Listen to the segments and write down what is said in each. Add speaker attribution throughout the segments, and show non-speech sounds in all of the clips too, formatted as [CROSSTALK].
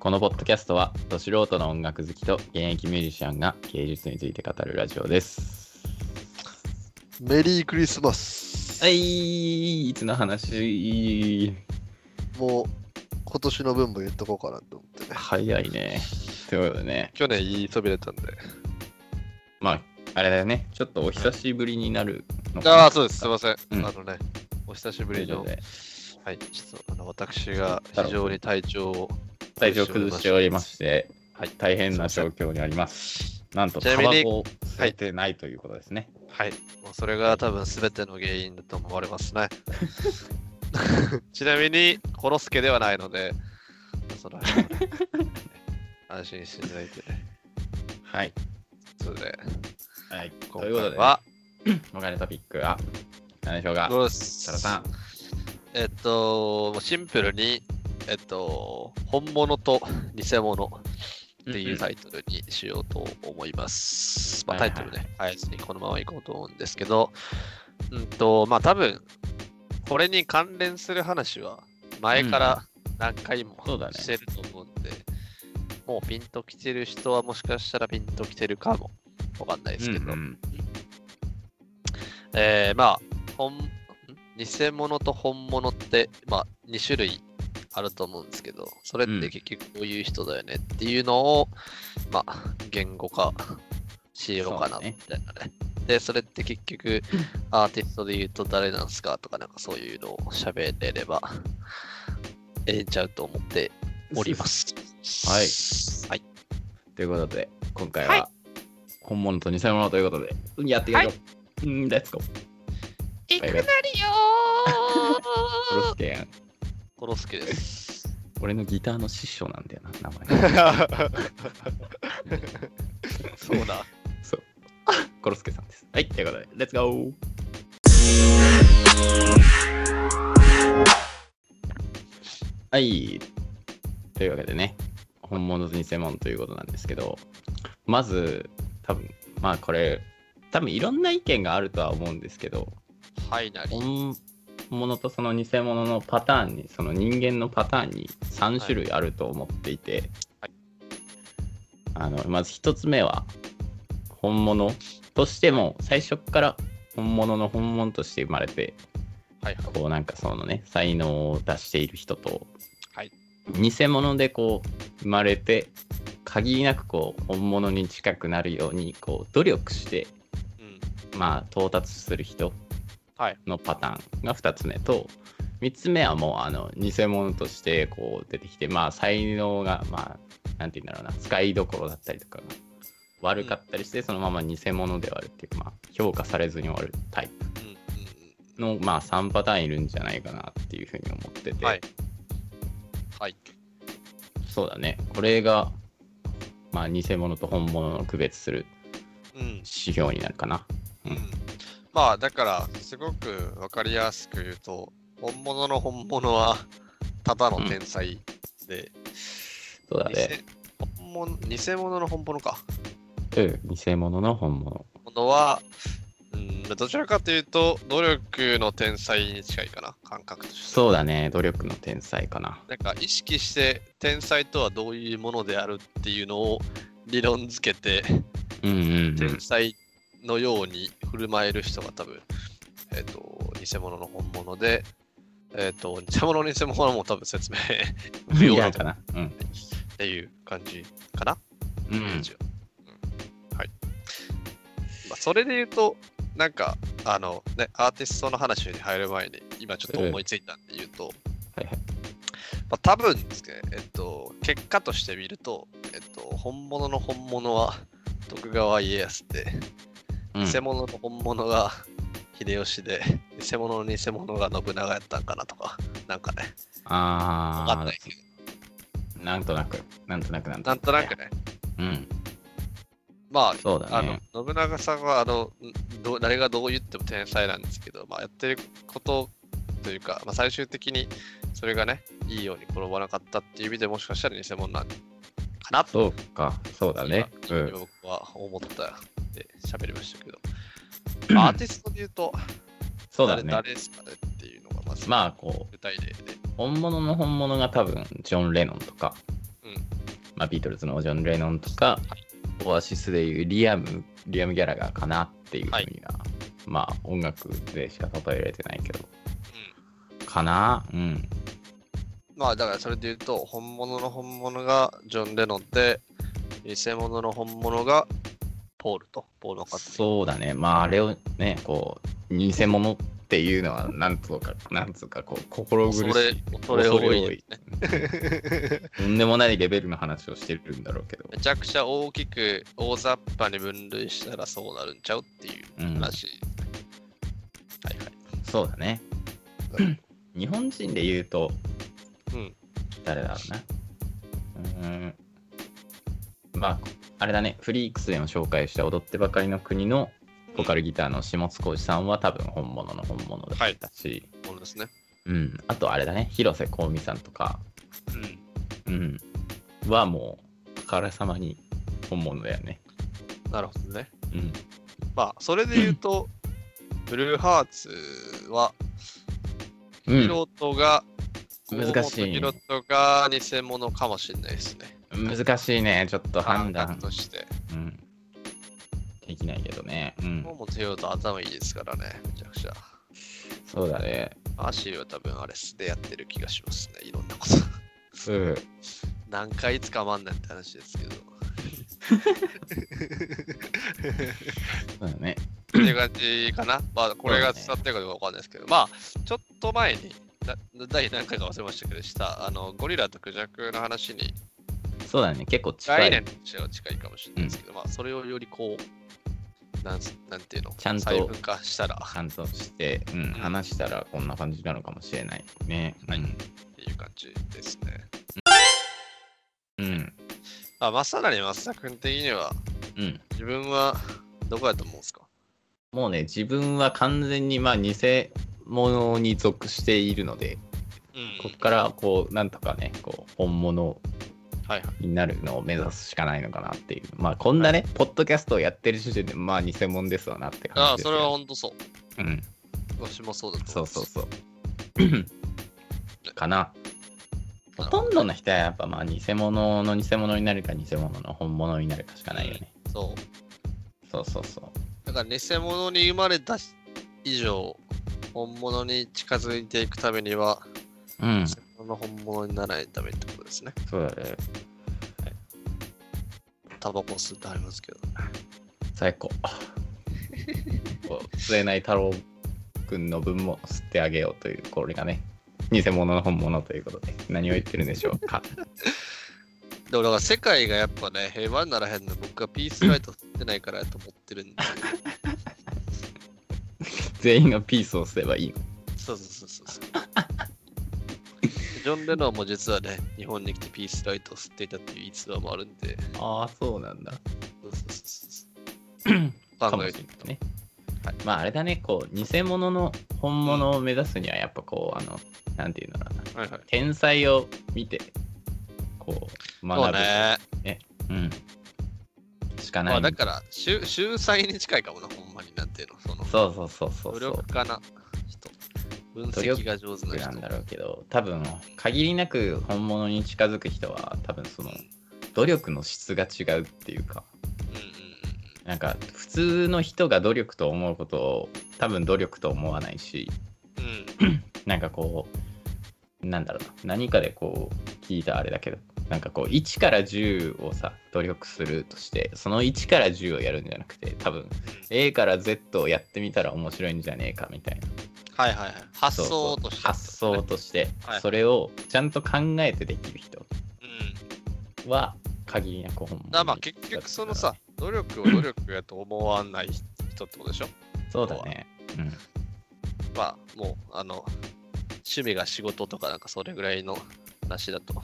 Speaker 1: このポッドキャストは、ど素人の音楽好きと現役ミュージシャンが芸術について語るラジオです。
Speaker 2: メリークリスマス。
Speaker 1: はい、いつの話
Speaker 2: もう今年の分も言っとこうかなと思ってね。
Speaker 1: 早いね。ということでね、
Speaker 2: 去年言いそびれたんで。
Speaker 1: まあ、あれだよね、ちょっとお久しぶりになるのかな
Speaker 2: ああ、そうです。すいません。
Speaker 1: うん
Speaker 2: あのね、お久しぶ
Speaker 1: とい
Speaker 2: り
Speaker 1: うこ
Speaker 2: の
Speaker 1: と、で、
Speaker 2: はい、ちょっとあの私が非常に体調を。
Speaker 1: 体調崩しておりまして、
Speaker 2: はい
Speaker 1: 大変な状況にあります。なんと、
Speaker 2: ち
Speaker 1: タ
Speaker 2: な
Speaker 1: バ
Speaker 2: みに
Speaker 1: コを吸えてないということですね。
Speaker 2: はい。もうそれが多分全ての原因だと思われますね。 [LAUGHS] ちなみに、コロスケではないので、その辺は
Speaker 1: [LAUGHS]
Speaker 2: ね安心していただいて、ね。
Speaker 1: はい。
Speaker 2: それで、
Speaker 1: はい、とい
Speaker 2: 今回
Speaker 1: うことで、
Speaker 2: は、
Speaker 1: お金トピックは何でしょうか
Speaker 2: どうです
Speaker 1: 設楽さん。
Speaker 2: えっと、シンプルに、えっと、本物と偽物っていうタイトルにしようと思います。
Speaker 1: うんうん
Speaker 2: まあ、タイトルね、変えずにこのままいこうと思うんですけど、うんと、まあ多分、これに関連する話は前から何回も
Speaker 1: そうだね
Speaker 2: してると思うんで、もうピンときてる人はもしかしたらピンときてるかもわかんないですけど、
Speaker 1: うんうん
Speaker 2: えーまあ本ん偽物と本物って、まあ、2種類あると思うんですけどそれっ
Speaker 1: うん
Speaker 2: て結局こういう人だよねっていうのを、まあ言語化しようか
Speaker 1: そ
Speaker 2: な
Speaker 1: う
Speaker 2: み
Speaker 1: ね
Speaker 2: たいなねでそれって結局アーティストで言うと誰なんすかとかなんかそういうのを喋れればええんちゃうと思っております
Speaker 1: はい
Speaker 2: はい
Speaker 1: ということで、今回
Speaker 2: はい
Speaker 1: は本物と偽物ということで、やっていきましょう。うん、レッツゴー。
Speaker 2: い
Speaker 1: くなりよコロスケやん。
Speaker 2: コロスケです
Speaker 1: 俺のギターの師匠なんだよな、名
Speaker 2: [LAUGHS]
Speaker 1: 前。
Speaker 2: そうだ
Speaker 1: そう。コロスケさんです。はい、ということで、レッツゴー。はい。というわけでね、本物と偽物ということなんですけど、まず、多分まあこれ、多分いろんな意見があるとは思うんですけど、
Speaker 2: はいなり
Speaker 1: 本物とその偽物のパターンにその人間のパターンに3種類あると思っていて、
Speaker 2: はい
Speaker 1: あのまず1つ目は本物としても最初から本物の本物として生まれて
Speaker 2: はいはい
Speaker 1: こうなんかそのね才能を出している人と、
Speaker 2: はい
Speaker 1: 偽物でこう生まれて限りなくこう本物に近くなるようにこう努力して
Speaker 2: うん
Speaker 1: まあ、到達する人
Speaker 2: はい
Speaker 1: のパターンが2つ目と、3つ目はもうあの偽物としてこう出てきて、まあ、才能が、まあ、なんて言うんだろうな使いどころだったりとかが悪かったりして、そのまま偽物で終わるっていうか、まあ、評価されずに終わるタイ
Speaker 2: うんうん
Speaker 1: プの、まあ、3パターンいるんじゃないかなっていうふうに思ってて、
Speaker 2: はいはい。
Speaker 1: そうだねこれが、まあ、偽物と本物の区別する
Speaker 2: うん。
Speaker 1: 指標になるかな。うん
Speaker 2: まあだから、すごくわかりやすく言うと、本物の本物はただの天才で、
Speaker 1: そうだね、
Speaker 2: 偽本物偽物の本物か。
Speaker 1: うん、偽物の本物。
Speaker 2: 本物は、うん、どちらかというと、努力の天才に近いかな、感覚として。
Speaker 1: そうだね、努力の天才かな。
Speaker 2: なんか意識して天才とはどういうものであるっていうのを理論づけて、
Speaker 1: うんうん、うん
Speaker 2: 天。才のように振る舞える人が多分、えっ、と、偽物の本物で、えっ、と、偽物偽物はもう多分説明 [LAUGHS] 不要
Speaker 1: い
Speaker 2: だ
Speaker 1: や
Speaker 2: と
Speaker 1: か
Speaker 2: っ
Speaker 1: な。うん。
Speaker 2: ていう感じかな、
Speaker 1: うん。
Speaker 2: 一応うんはい。まあ、それで言うと、なんか、あの、ね、アーティストの話に入る前に、今ちょっと思いついたんで言うと、
Speaker 1: はいはい。
Speaker 2: まあ、多分ですね、えっと、結果として見ると、えっと、本物の本物は徳川家康で、
Speaker 1: うん
Speaker 2: 偽物と本物が [LAUGHS] 秀吉で、偽物の偽物が信長やったんかなとか、なんかね、わかん
Speaker 1: あ
Speaker 2: ないけど、
Speaker 1: ー、なんとなく、なんとなくなんと
Speaker 2: なんとなくね、
Speaker 1: うん。
Speaker 2: ま
Speaker 1: そうだ
Speaker 2: あ、あの
Speaker 1: ね。、
Speaker 2: 信長さんは、あの、んどう誰がどう言っても天才なんですけど、まあ、やってることというか、まあ、最終的にそれがね、いいように転ばなかったっていう意味でもしかしたら偽物なんかなと、
Speaker 1: そうか、そうだね。う
Speaker 2: 今今
Speaker 1: ん。
Speaker 2: 僕は思ったで喋りましたけ
Speaker 1: [CLEARS THROAT]
Speaker 2: ど、まあアーティストで言うと、
Speaker 1: そうだ
Speaker 2: 誰
Speaker 1: ね
Speaker 2: 誰。ですかねっていうのが、まず、
Speaker 1: まあ、こう、
Speaker 2: 具体例で。
Speaker 1: 本物の本物が多分、ジョン・レノンとか、
Speaker 2: うん
Speaker 1: まあ、ビートルズのジョン・レノンとか、オアシスでいうリアム、リアム・ギャラガーかなっていうふうには、
Speaker 2: はい
Speaker 1: まあ音楽でしか例えられてないけど、かなうん。
Speaker 2: まあだからそれで言うと本物の本物がジョン・レノンで偽物の本物がポールとポールの方
Speaker 1: そうだね。まああれをね、こう、偽物っていうのは、なんとか、なんとか、こう、心苦し
Speaker 2: 恐れ
Speaker 1: い。
Speaker 2: 恐れ多い
Speaker 1: い。とんでもないレベルの話をしてるんだろうけど。
Speaker 2: めちゃくちゃ大きく大雑把に分類したらそうなるんちゃうっていう
Speaker 1: うん、
Speaker 2: 話、はいはい
Speaker 1: そうだね。日本人で言うと、
Speaker 2: うん
Speaker 1: 誰だろうな。うーん。まあ、あれだね、フリークスでも紹介した踊ってばかりの国のボカルギターの下津浩二さんは多分本物の本物だったし、
Speaker 2: ものですね、
Speaker 1: うん。あとあれだね、広瀬香美さんとか、
Speaker 2: うん、
Speaker 1: うん。はもう、あからさまに本物だよね。
Speaker 2: なるほどね
Speaker 1: うん。
Speaker 2: まあそれで言うとブルーハーツは
Speaker 1: う
Speaker 2: ピ
Speaker 1: ん
Speaker 2: ロットが、
Speaker 1: 難しい
Speaker 2: ピロットが偽物かもしれないですね
Speaker 1: 難しいね、ちょっと判断。
Speaker 2: として
Speaker 1: うん。できないけどね。うん
Speaker 2: も。うもテヨと頭いいですからね、めちゃくちゃ。
Speaker 1: そうだね。
Speaker 2: アーシーは多分あれ素でやってる気がしますね、いろんなこと。 [LAUGHS]
Speaker 1: うん。
Speaker 2: 何回捕まんねんって話ですけど。
Speaker 1: そうだね。
Speaker 2: っていう感じかな。
Speaker 1: [LAUGHS]
Speaker 2: まあ、これ
Speaker 1: そうだね
Speaker 2: が伝わってるかどうかわかんないですけど、まあ、ちょっと前に、だ第何回か忘れましたけど、したあのゴリラとクジャクの話に、
Speaker 1: そうだね。結構近
Speaker 2: 概
Speaker 1: い。
Speaker 2: 念としては近いかもしれないですけど、まあ、それをよりこう、なんすなんていうの、
Speaker 1: ちゃんと
Speaker 2: 細分化したら
Speaker 1: ちゃんとして、うん、話したらこんな感じなのかもしれないね。
Speaker 2: はいっていう感じですね。
Speaker 1: うん。うん。
Speaker 2: まあ、まさに松田君的には、
Speaker 1: うん。
Speaker 2: 自分はどこだと思うんですか
Speaker 1: もうね、自分は完全にまあ偽物に属しているので、
Speaker 2: うん
Speaker 1: ここからこう、なんとかね、こう、本物
Speaker 2: はいはい。
Speaker 1: になるのを目指すしかないのかなっていう。まあ、こんなね、ポッドキャストをやってる時点で、まあ、偽物ですわなって
Speaker 2: あ
Speaker 1: 感
Speaker 2: あ、
Speaker 1: じです
Speaker 2: そ
Speaker 1: よ
Speaker 2: れは本当そう。
Speaker 1: うん。
Speaker 2: 私もそうだと
Speaker 1: そう
Speaker 2: 思
Speaker 1: そう
Speaker 2: う。 [CLEARS THROAT]
Speaker 1: そう。かな。ほとんどの人はやっぱまあ偽物の偽物になるか偽物の本物になるかしかないよね。
Speaker 2: そう。
Speaker 1: そうそうそう。
Speaker 2: だから偽物に生まれた以上、本物に近づいていくためには、
Speaker 1: うん、
Speaker 2: 偽物の本物にならないためってことですね。
Speaker 1: そうだね。
Speaker 2: タバコ吸ってありますけど。
Speaker 1: 最高。 [LAUGHS] こう吸えない太郎くんの分も吸ってあげようという、これがね、偽物の本物ということで、何を言ってるんでしょう [LAUGHS] か。
Speaker 2: でもだから世界がやっぱね、平和にならへんの僕はピースライト吸ってないからやと思っ
Speaker 1: [LAUGHS]
Speaker 2: てるんで。
Speaker 1: 全員がピースを吸えばいいの。
Speaker 2: そうそうそうそうそう。ジョン・レノンも実はね、日本に来てピースライトを吸っていたっていう逸話もあるんで、
Speaker 1: ああ、そうなんだ。
Speaker 2: そうそうそう
Speaker 1: [LAUGHS]
Speaker 2: そう
Speaker 1: か
Speaker 2: 考
Speaker 1: も
Speaker 2: え
Speaker 1: してれな
Speaker 2: みる
Speaker 1: い
Speaker 2: と。
Speaker 1: ね。まああれだね、こう、偽物の本物を目指すには、やっぱこう、あの、なんていうのかな、
Speaker 2: はいはい。
Speaker 1: 天才を見て、こう、学
Speaker 2: そ
Speaker 1: ぶ。
Speaker 2: うね。
Speaker 1: うん。しか
Speaker 2: ま
Speaker 1: な
Speaker 2: あ
Speaker 1: い。
Speaker 2: だから、秀秀才に近いかもな、ほんまになんていうの。その、
Speaker 1: そうそうそうそう
Speaker 2: 努
Speaker 1: そう。
Speaker 2: 力家な人。分析が上手な人。
Speaker 1: なんだろうけど、多分、限りなく本物に近づく人は、多分その、努力の質が違うっていうか、
Speaker 2: うんうん
Speaker 1: なんか、普通の人が努力と思うことを、多分努力と思わないし、
Speaker 2: うんうん。
Speaker 1: なんかこう、なんだろうな、何かでこう、聞いたあれだけど、なんかこう、1から10をさ、努力するとして、その1から10をやるんじゃなくて、多分、A から Z をやってみたら面白いんじゃねえかみたいな。
Speaker 2: はいはいはい。発想として。
Speaker 1: 発想として、
Speaker 2: はい
Speaker 1: それをちゃんと考えてできる人
Speaker 2: うん。
Speaker 1: は、限りなく本物
Speaker 2: だからまあ結局そのさ、努力を努力やと思わない人ってことでしょ
Speaker 1: そうだね。うん。
Speaker 2: まあもう、あの、趣味が仕事とかなんかそれぐらいの話だと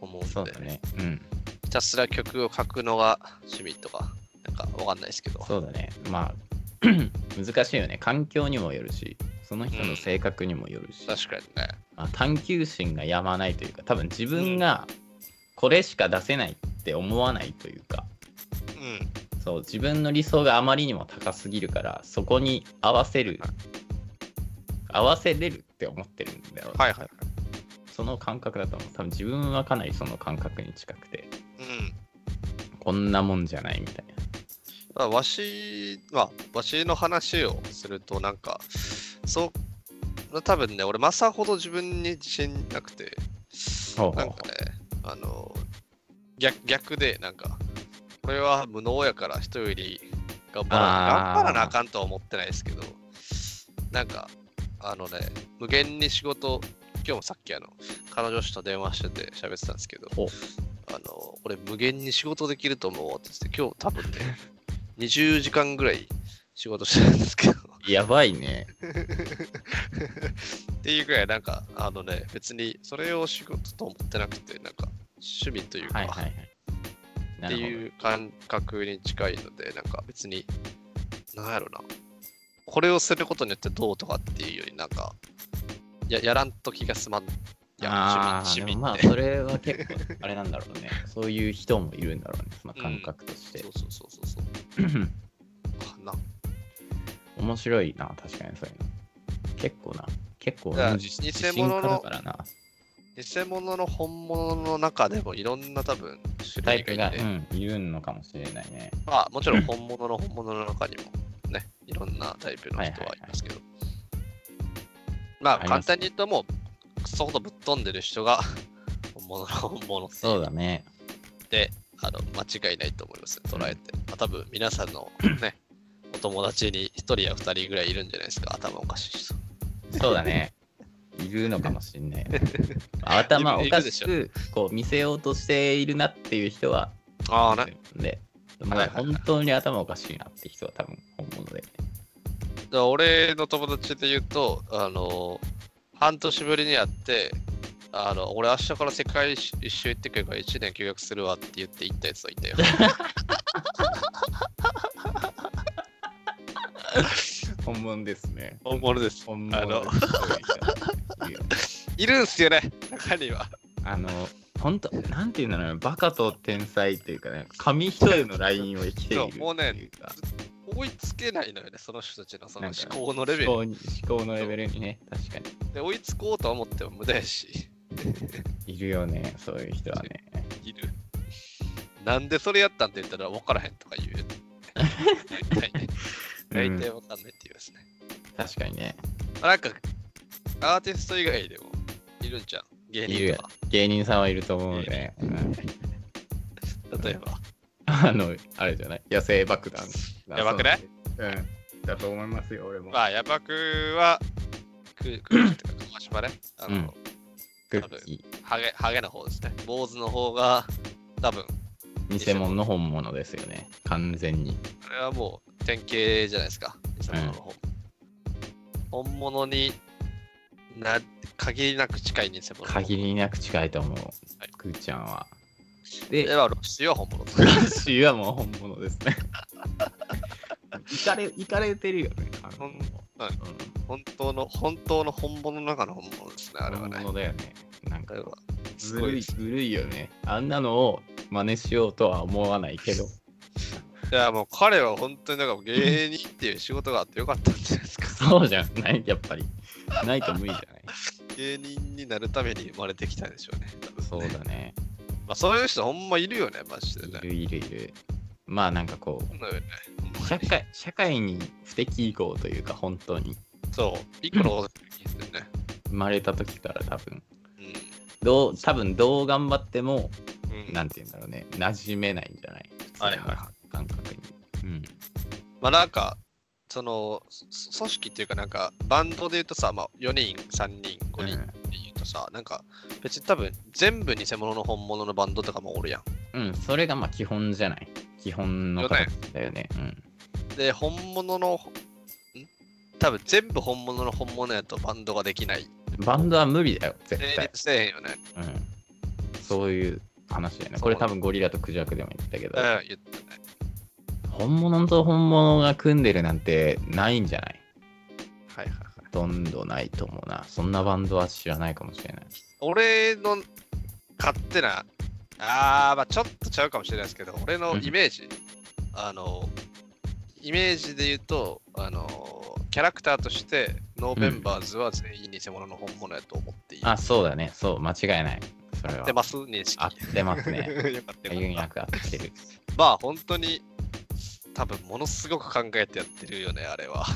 Speaker 2: 思う
Speaker 1: そ
Speaker 2: ん
Speaker 1: う
Speaker 2: で
Speaker 1: だ、ね。うん。
Speaker 2: ひたすら曲を書くのが趣味とか、なんかわかんないですけど。
Speaker 1: そうだね。まあ、 [CLEARS THROAT] 難しいよね。環境にもよるし、その人の性格にもよるし。
Speaker 2: 確かにね。
Speaker 1: まあ、探求心がやまないというか多分自分がこれしか出せないって思わないというか
Speaker 2: うん。
Speaker 1: そう自分の理想があまりにも高すぎるからそこに合わせる合わせれるって思ってるんだよ、
Speaker 2: はいはいはい。
Speaker 1: その感覚だと思う多分自分はかなりその感覚に近くて
Speaker 2: うん。
Speaker 1: こんなもんじゃないみたいな。
Speaker 2: まあ、わし、まあ、わしの話をすると、なんか、そう、多分ね、俺、マサほど自分に自信なくて、
Speaker 1: ほうほう
Speaker 2: なんかね、あの、逆逆で、なんか、これは無能やから人より頑張ら
Speaker 1: あー
Speaker 2: な頑張らなあかんとは思ってないですけど、なんか、あのね、無限に仕事、今日もさっきあの、彼女と電話してて喋ってたんですけど
Speaker 1: お、
Speaker 2: あの、俺無限に仕事できると思うって言って、今日多分ね、20時間ぐらい仕事してるんですけど、 [LAUGHS]
Speaker 1: やばいね。
Speaker 2: っていうぐらいなんかあのね別にそれを仕事と思ってなくてなんか趣味というか、
Speaker 1: はいはいはい。な
Speaker 2: って
Speaker 1: るほ
Speaker 2: いう感覚に近いのでなんか別になんやろなこれをすることによってどうとかっていうよりなんかややらんと気が済まん
Speaker 1: ど。
Speaker 2: や
Speaker 1: ああ、
Speaker 2: 趣味
Speaker 1: で
Speaker 2: 趣
Speaker 1: もま
Speaker 2: 味っ
Speaker 1: あ、
Speaker 2: て、
Speaker 1: それは結構、あれなんだろ
Speaker 2: [LAUGHS]
Speaker 1: うね。そういう人もいるんだろうね。その感覚として
Speaker 2: そう。そうそうそうそうかな
Speaker 1: [CLEARS THROAT] 面白いな、確かにそういうの。結構な。結構
Speaker 2: いや
Speaker 1: な自
Speaker 2: 偽
Speaker 1: 自信家
Speaker 2: 物の
Speaker 1: だからな。
Speaker 2: 偽物の本物の中でもいろんな多分
Speaker 1: タ
Speaker 2: 種
Speaker 1: イプ
Speaker 2: 類
Speaker 1: が、
Speaker 2: が
Speaker 1: う
Speaker 2: いて、
Speaker 1: ん、いるのかもしれないね。
Speaker 2: まあもちろん本物の本物の中にもね、いろんなタイプの人はいますけど。まあ
Speaker 1: あります
Speaker 2: 簡単に言うともう、クソほどぶっ飛んでる人が本物の本物って
Speaker 1: そうだね。
Speaker 2: であの間違いないと思います、捉えて。まあ、多分皆さん [CLEARS THROAT] のね、お友達に1人や2人ぐらいいるんじゃないですか、頭おかしい人。
Speaker 1: そうだ [LAUGHS] ね。いるのかもしれない。頭おかし
Speaker 2: い
Speaker 1: くこう見せようとしているなっていう人は、
Speaker 2: ああね。
Speaker 1: で、
Speaker 2: はいはいはい
Speaker 1: 本当に頭おかしいなって人は多分本物で。
Speaker 2: だから俺の友達で言うと、あの、半年ぶりに会って、あの、俺明日から世界一一周行ってくるから1年休学するわって言って行ったやつがいたよ。 [LAUGHS]
Speaker 1: 本物ですね。
Speaker 2: 本物です。
Speaker 1: 本
Speaker 2: 物
Speaker 1: 物
Speaker 2: いるんすよね、中には。
Speaker 1: あの、本当なんていうんだろうね、バカと天才っていうかね、紙一重のラインを生きているっていうか。
Speaker 2: そうもうね追いつけないのよね、その人たちのその
Speaker 1: なんか
Speaker 2: 思考のレベル。
Speaker 1: 思考に思考のレベルにね、確か
Speaker 2: で追いつこうとは思っても無駄やし、
Speaker 1: に。いるよね、そういう人はね。
Speaker 2: いる。なんでそれやったんって言ったら分からへんとか言う。大体大体分かんないって言いますね。
Speaker 1: 確かにね。
Speaker 2: あなんか、アーティスト以外でもいるんじゃん。芸
Speaker 1: いる
Speaker 2: 人
Speaker 1: よ
Speaker 2: とか。
Speaker 1: 芸人さんはいると思うね。うん
Speaker 2: 例えば。
Speaker 1: あの、あれじゃない野生爆弾。
Speaker 2: やばくない
Speaker 1: うん。だと思いますよ、俺も。
Speaker 2: まあ、ヤバクは、く、くるってか、かましばね。あの、
Speaker 1: うんクッキ
Speaker 2: ハゲ、ハゲの方ですね。坊主の方が、多分、
Speaker 1: ー偽物の本物ですよね。完全に。
Speaker 2: あれはもう典型じゃないですか。偽物の方本物にな限りなく近い偽物の方。
Speaker 1: 限りなく近いと思う
Speaker 2: はい。
Speaker 1: くーちゃんは。
Speaker 2: で
Speaker 1: で、
Speaker 2: は、ロッシーは本物。
Speaker 1: 私はもう本物ですね。いかれ、いかれてるよね。あの
Speaker 2: ほん本当の、本当の本物の中の本物ですね、あ
Speaker 1: あ
Speaker 2: れは
Speaker 1: 本
Speaker 2: ね。
Speaker 1: 物だよね。なん
Speaker 2: あ
Speaker 1: か
Speaker 2: れ
Speaker 1: こ
Speaker 2: は
Speaker 1: う、
Speaker 2: す
Speaker 1: ず
Speaker 2: ご
Speaker 1: る
Speaker 2: いで
Speaker 1: い、
Speaker 2: す。
Speaker 1: ずるいよね。あんなのを真似しようとは思わないけど。
Speaker 2: いや、もう彼は本当になんか芸人っていう仕事があってよかったんじゃないですか。
Speaker 1: そうじゃない、やっぱり。ないと無理じゃない。
Speaker 2: 芸人になるために生まれてきたんでしょうね。多分
Speaker 1: そうだね。
Speaker 2: まあ、そういう人ほんまいるよね、マジで
Speaker 1: い
Speaker 2: ね。
Speaker 1: るいるいる。まあなんかこ
Speaker 2: そうだよね
Speaker 1: う、社会社会に不適合というか、本当に
Speaker 2: そう、一個のことだけ聞いてるね。
Speaker 1: 生まれた時から多分、
Speaker 2: う
Speaker 1: どう、多分どう頑張っても、
Speaker 2: ん。うん
Speaker 1: なんて言うんだろうね、馴染めないんじゃない
Speaker 2: はいは
Speaker 1: 普通
Speaker 2: い
Speaker 1: の感覚に。うん。
Speaker 2: まあなんか、その、そ組織っていうかなんか、バンドで言うとさ、まあ、4人、3人、5人って言うとさ、なんか、別に多分、全部偽物の本物のバンドとかもおるやん。
Speaker 1: うん、それがまあ基本じゃない。基本の形だよね。うん。
Speaker 2: で、本物の、ん多分、全部本物の本物やとバンドができない。
Speaker 1: バンドは無理だよ、絶
Speaker 2: 成
Speaker 1: 対。
Speaker 2: 立せえへんよね。
Speaker 1: うん。そういう話だよね。これ多分ゴリラとクジャクでも言ったけど
Speaker 2: う、ん、言ってね。
Speaker 1: 本物と本物が組んでるなんてないんじゃない
Speaker 2: はいはいはい。
Speaker 1: どんどんないと思うな。そんなバンドは知らないかもしれない。
Speaker 2: 俺の勝手な、あー、まあちょっとちゃうかもしれないですけど、俺のイメージ、あの、イメージで言うと、あの、キャラクターとして、ノーベンバーズは全員偽物の本物やと思っている。
Speaker 1: あ、そうだね。そう、間違いない。それ
Speaker 2: 合
Speaker 1: は
Speaker 2: ってます認識。
Speaker 1: 合ってますね。
Speaker 2: [LAUGHS] よかったよ
Speaker 1: 運
Speaker 2: かった
Speaker 1: 役合ってる。
Speaker 2: まあ本当に多分ものすごく考えてやってるよねあれは。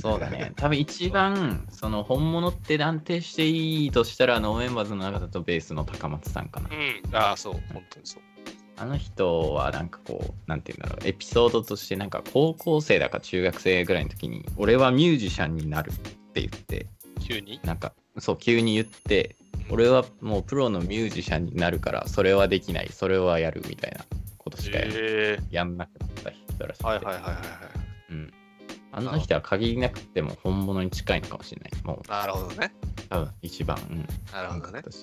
Speaker 1: そうだね。多分一番、その本物って断定していいとしたら、ノーメンバーズの中だとベースの高松さんかな
Speaker 2: [LAUGHS] う。ん。ああそう本当にそう。
Speaker 1: あの人はなんかこう、なんていうんだろう、エピソードとしてなんか高校生だか中学生ぐらいの時に、俺はミュージシャンになるって言って、
Speaker 2: 急に。
Speaker 1: なんかそう急に言って、俺はもうプロのミュージシャンになるから、それはできない、それはやるみたいなことしかや,、
Speaker 2: え
Speaker 1: んなくなった人らしく
Speaker 2: ー
Speaker 1: て、
Speaker 2: はいはいはいはいは
Speaker 1: うん。あの人は限りなくても本物に近いのかもしれない。もう
Speaker 2: い。なるほどね。
Speaker 1: 多分一番。うん
Speaker 2: なるほどね。
Speaker 1: 私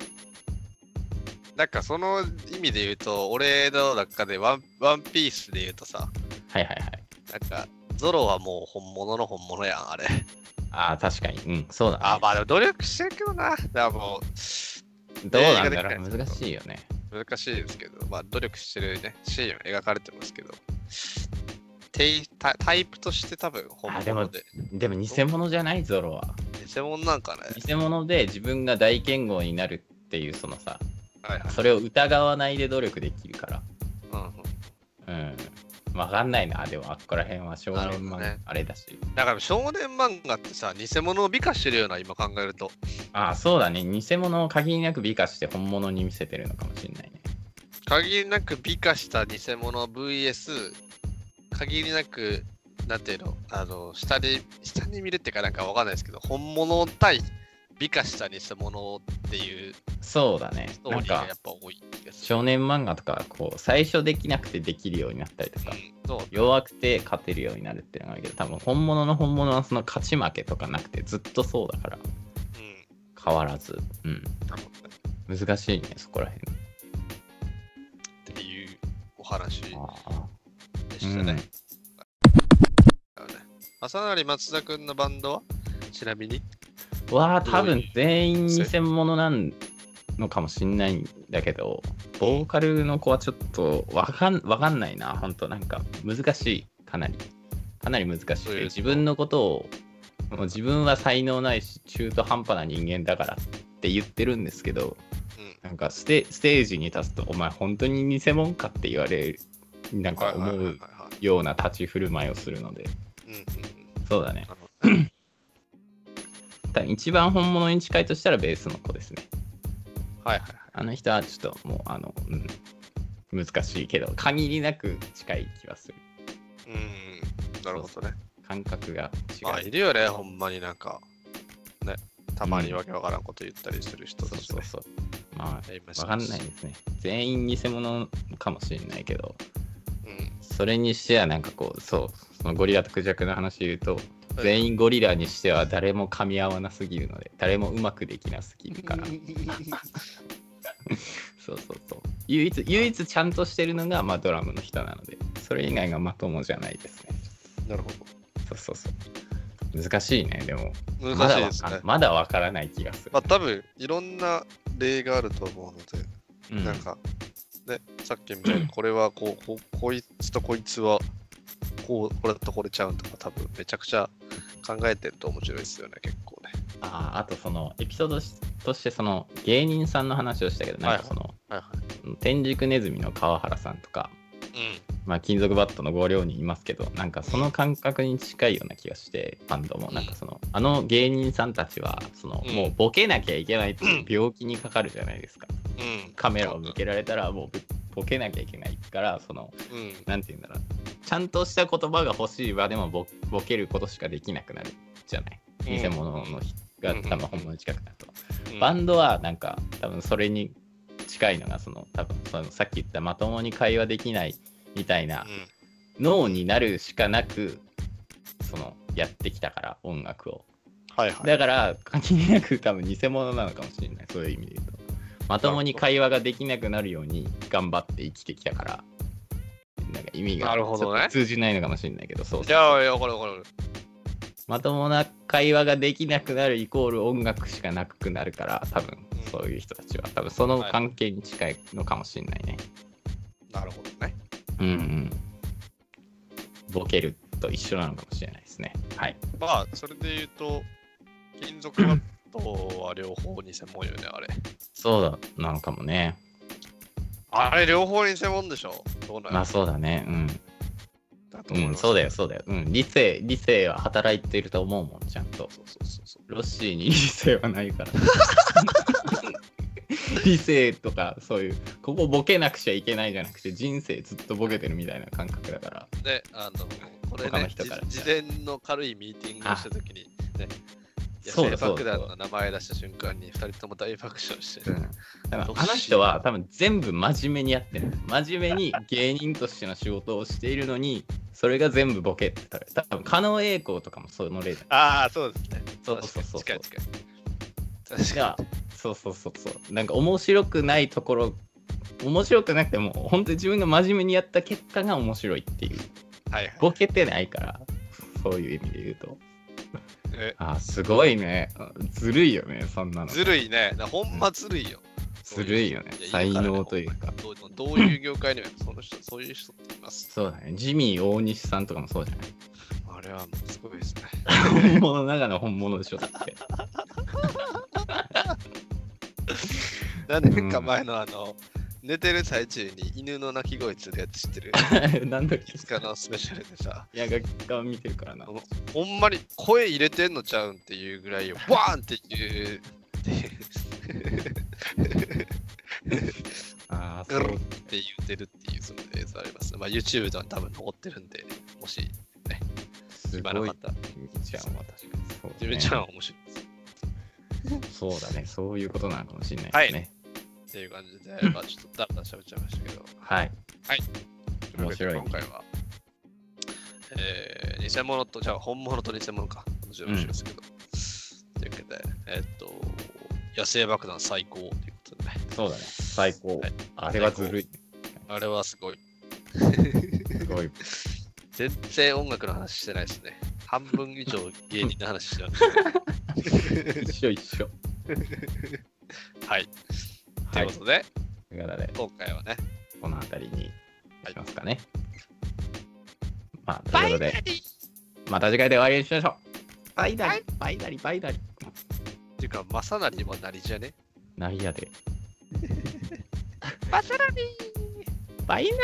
Speaker 2: なんかその意味で言うと俺の中でワンワンピースで言うとさ
Speaker 1: はいはいはい。
Speaker 2: なんかゾロはもう本物の本物やんあれ。
Speaker 1: ああ、確かに。うん、そうだ、ね。
Speaker 2: [LAUGHS] あまあでも努力してるけどな。だからもう
Speaker 1: どうなんだ
Speaker 2: 映画でき
Speaker 1: ろ
Speaker 2: な
Speaker 1: う。
Speaker 2: い
Speaker 1: 難しいよね。
Speaker 2: 難しいですけど、まあ、努力してるね、シーンは描かれてますけど、テイタタイプとして多分本
Speaker 1: あでも
Speaker 2: 物で、
Speaker 1: でも偽物じゃない、ゾロは。
Speaker 2: 偽物なんかね、
Speaker 1: 偽物で自分が大剣豪になるっていう、そのさ、
Speaker 2: はいはい
Speaker 1: それを疑わないで努力できるか
Speaker 2: うんうん、
Speaker 1: ら。うん。わかんないな。でも、あっこら辺は少
Speaker 2: なる
Speaker 1: 年
Speaker 2: ほど
Speaker 1: 漫
Speaker 2: ね
Speaker 1: 画あれだし。
Speaker 2: だから少年漫画ってさ、偽物を美化してるような、今考えると、
Speaker 1: ああ、そうだね。偽物を限りなく美化して本物に見せてるのかもしれないね。
Speaker 2: 限りなく美化した偽物 VS、限りなく、なんていうの、あの下に下に見るっていうかなんかわかんないですけど、本物対美化した偽物っていう
Speaker 1: そうだね
Speaker 2: ス。トー
Speaker 1: なん
Speaker 2: リーが
Speaker 1: か
Speaker 2: やっ、ぱ多い気がする。
Speaker 1: 少年漫画とか、こう、最初できなくてできるようになったりと
Speaker 2: う
Speaker 1: か。
Speaker 2: ん、そう
Speaker 1: 弱くて勝てるようになるっていうのがあるけど多分本物の本物はその勝ち負けとかなくてずっとそうだから
Speaker 2: うん
Speaker 1: 変わらず、うん、
Speaker 2: なるほどね
Speaker 1: 難しいねそこら辺
Speaker 2: っていうお話で
Speaker 1: ああ
Speaker 2: したね。朝成松田君のバンドはちなみに
Speaker 1: わあ多分全員偽物なんのかもしんないんだけどボーカルの子はちょっとわかんわかんないな本当なんか難しいかなりかなり難し
Speaker 2: そう
Speaker 1: く
Speaker 2: いう
Speaker 1: て自分のことをもう自分は才能ないし中途半端な人間だからって言ってるんですけど
Speaker 2: うん
Speaker 1: なんかステステージに立つと、お前本当に偽物かって言われる、なんか思
Speaker 2: はいはいはいうは
Speaker 1: ような立ち振る舞いをするので、
Speaker 2: いうんうん
Speaker 1: そうだね
Speaker 2: なる。
Speaker 1: 多分一番本物に近いとしたらベースの子ですね。
Speaker 2: うんはいはいはい。
Speaker 1: あの人はちょっともう、あの、うん、難しいけど、限りなく近い気はする。
Speaker 2: うん、なるほどね。
Speaker 1: 感覚が違う。
Speaker 2: まあ、いるよね、ほんまになんか。ね、たまにわけわからんこと言ったりする人
Speaker 1: そ
Speaker 2: た
Speaker 1: う
Speaker 2: ち
Speaker 1: そう
Speaker 2: ね。
Speaker 1: そう。ま
Speaker 2: いま
Speaker 1: あ、
Speaker 2: す
Speaker 1: わかんないですね。全員偽物かもしれないけど、
Speaker 2: うん
Speaker 1: それにしてはなんかこうそうそのゴリラとクジャクの話で言うと
Speaker 2: はい
Speaker 1: 全員ゴリラにしては誰も噛み合わなすぎるので誰もうまくできなすぎるから
Speaker 2: [LAUGHS]
Speaker 1: そうそうそう唯一唯一ちゃんとしてるのがまあドラムの人なのでそれ以外がまともじゃないですね
Speaker 2: なるほ
Speaker 1: そうそうそう難しいねでも
Speaker 2: ど。
Speaker 1: ま
Speaker 2: 難
Speaker 1: だ
Speaker 2: しい
Speaker 1: わ
Speaker 2: です
Speaker 1: かん
Speaker 2: ね。
Speaker 1: まだわからない気がする
Speaker 2: まあ、多分いろんな例があると思うので。
Speaker 1: うん
Speaker 2: なんか、ね、さっきみた
Speaker 1: [LAUGHS]
Speaker 2: いに、これはこう、ここいつとこいつは、こう、これとこれちゃうんとか、多分めちゃくちゃ考えてると面白いですよね、結構ね。
Speaker 1: あーあとそのエピソードしとしてその芸人さんの話をしたけどなんかその、
Speaker 2: はいは
Speaker 1: 天竺ネズミの川原さんとか
Speaker 2: い。
Speaker 1: まあ、金属バットの5両にいますけどなんかその感覚に近いような気がしてバンドもなんかそのあの芸人さんたちはその、
Speaker 2: うん
Speaker 1: もうボケなきゃいけないっていう病気にかかるじゃないですか
Speaker 2: うん。うん。
Speaker 1: カメラを向けられたらもうぶボケなきゃいけないからその
Speaker 2: うん。
Speaker 1: なんて言うんだろうちゃんとした言葉が欲しい場でもボボケることしかできなくなるじゃない偽物の人が
Speaker 2: うん
Speaker 1: 多分本物に近くなると。
Speaker 2: うん
Speaker 1: バンドはなんか多分それに近いのがその多分そのさっき言ったまともに会話できないみたいな
Speaker 2: うん
Speaker 1: 脳になるしかなくそのやってきたから音楽を
Speaker 2: はいはい。
Speaker 1: だから限りなく多分偽物なのかもしれないそういう意味で言うとまともに会話ができなくなるように頑張って生きてきたからなんか意味が
Speaker 2: なるほどね
Speaker 1: ちょっと通じないのかもしれないけどそう
Speaker 2: い
Speaker 1: そう
Speaker 2: やいや、わかるわかる。
Speaker 1: まともな会話ができなくなるイコール音楽しかなくなるから多分そういう人たちは多分その関係に近いのかもしれないね、
Speaker 2: なるほどね。
Speaker 1: うんうんボケると一緒なのかもしれないですねはい
Speaker 2: まあ、それで言うと、金属バッそうは両方偽物よね、あれ。
Speaker 1: そうだなのかもね。
Speaker 2: あれ、両方偽物でしょどうな
Speaker 1: まあそうだね。
Speaker 2: だと
Speaker 1: うん。
Speaker 2: 思い
Speaker 1: うん、
Speaker 2: ます
Speaker 1: そうだよ、。そうだよ。うん。理性、理性は働いていると思うもん、ちゃんと。
Speaker 2: そうそうそうそう。
Speaker 1: ロッシーに理性はないから。 [LAUGHS] 理性とかそういうここボケなくちゃいけないじゃなくて人生ずっとボケてるみたいな感覚だから
Speaker 2: で、あの、これ
Speaker 1: 他の
Speaker 2: ね、
Speaker 1: 人から
Speaker 2: じ事前の軽いミーティングをしたときに、ね、野
Speaker 1: そう
Speaker 2: 生
Speaker 1: だそう
Speaker 2: 爆
Speaker 1: だ
Speaker 2: 弾
Speaker 1: そう
Speaker 2: の名前出した瞬間に、二人とも大爆笑して、
Speaker 1: だ、うん、だからあの人は多分全部真面目にやってる真面目に芸人としての仕事をしているのにそれが全部ボケってたら多分狩野英孝とかもその例だ
Speaker 2: ああ、そうですね。
Speaker 1: そうそうそう
Speaker 2: 確かに近い近い。確か
Speaker 1: がそうそうそうそうなんか面白くないところ面白くなくても本当に自分が真面目にやった結果が面白いっていう
Speaker 2: に。はいはい。
Speaker 1: ボケてないからそういう意味で言うと
Speaker 2: え
Speaker 1: あーすごいねずるいよねそんなの
Speaker 2: ずるいね。なほんまずるいよ。
Speaker 1: ずるいよね
Speaker 2: いや
Speaker 1: 才
Speaker 2: いるからね
Speaker 1: 能というか
Speaker 2: どうどういう業界にもその人、そういう人っています。
Speaker 1: そうだねジミー大西さんとかもそうじゃない
Speaker 2: あれはもうすごい
Speaker 1: [LAUGHS]
Speaker 2: ですね。
Speaker 1: 本
Speaker 2: [LAUGHS]
Speaker 1: 物ながら本物でしょ [LAUGHS] だって
Speaker 2: 何年か前のあの、寝てる最中に犬の鳴き声するやつ知ってる
Speaker 1: 何だっけ
Speaker 2: いつかのスペシャルでさ、
Speaker 1: いや楽器家を見てるからな
Speaker 2: ほんまに声入れてんのちゃうんっていうぐらいよ、ワーンっていう。
Speaker 1: あー
Speaker 2: ガ
Speaker 1: そう
Speaker 2: ロって言ってるっていうその映像あります。まあ YouTube では多分残ってるんで、もし
Speaker 1: す
Speaker 2: 今な
Speaker 1: ご
Speaker 2: か
Speaker 1: い
Speaker 2: ったら、
Speaker 1: ジミーちゃんは確かにそうだ
Speaker 2: ジ
Speaker 1: ね、
Speaker 2: ムちゃんは面白いです。
Speaker 1: そうだねそういうことなのかもしれないですね
Speaker 2: っていう感じで、まあちょっとだらだら喋っちゃいましたけど。
Speaker 1: はい面白い
Speaker 2: 今回は、えー、偽物と、じゃあ本物と偽物か。面白いですけど。というわけで、えーっと、野生爆弾最高ということでね。
Speaker 1: そうだね最高、
Speaker 2: はい
Speaker 1: あれはずるい
Speaker 2: あれはすごい。
Speaker 1: すごい
Speaker 2: 全然音楽の話してないですね。半分以上芸人の話し
Speaker 1: [LAUGHS]
Speaker 2: てない。
Speaker 1: 一緒一緒
Speaker 2: はい。と
Speaker 1: はいいう
Speaker 2: ことで、
Speaker 1: ということで
Speaker 2: 今回はね、
Speaker 1: この辺りに
Speaker 2: はい
Speaker 1: しますかね。まあ、ということ
Speaker 2: バイナ
Speaker 1: で、
Speaker 2: リーっ
Speaker 1: また次回で終わりにしましょう。バイ
Speaker 2: ナ
Speaker 1: ダ
Speaker 2: リ
Speaker 1: リ、バイダリ、バイダリ。
Speaker 2: ていうか、まさなりはなりじゃね
Speaker 1: なりやで。
Speaker 2: まさなり
Speaker 1: バイナリー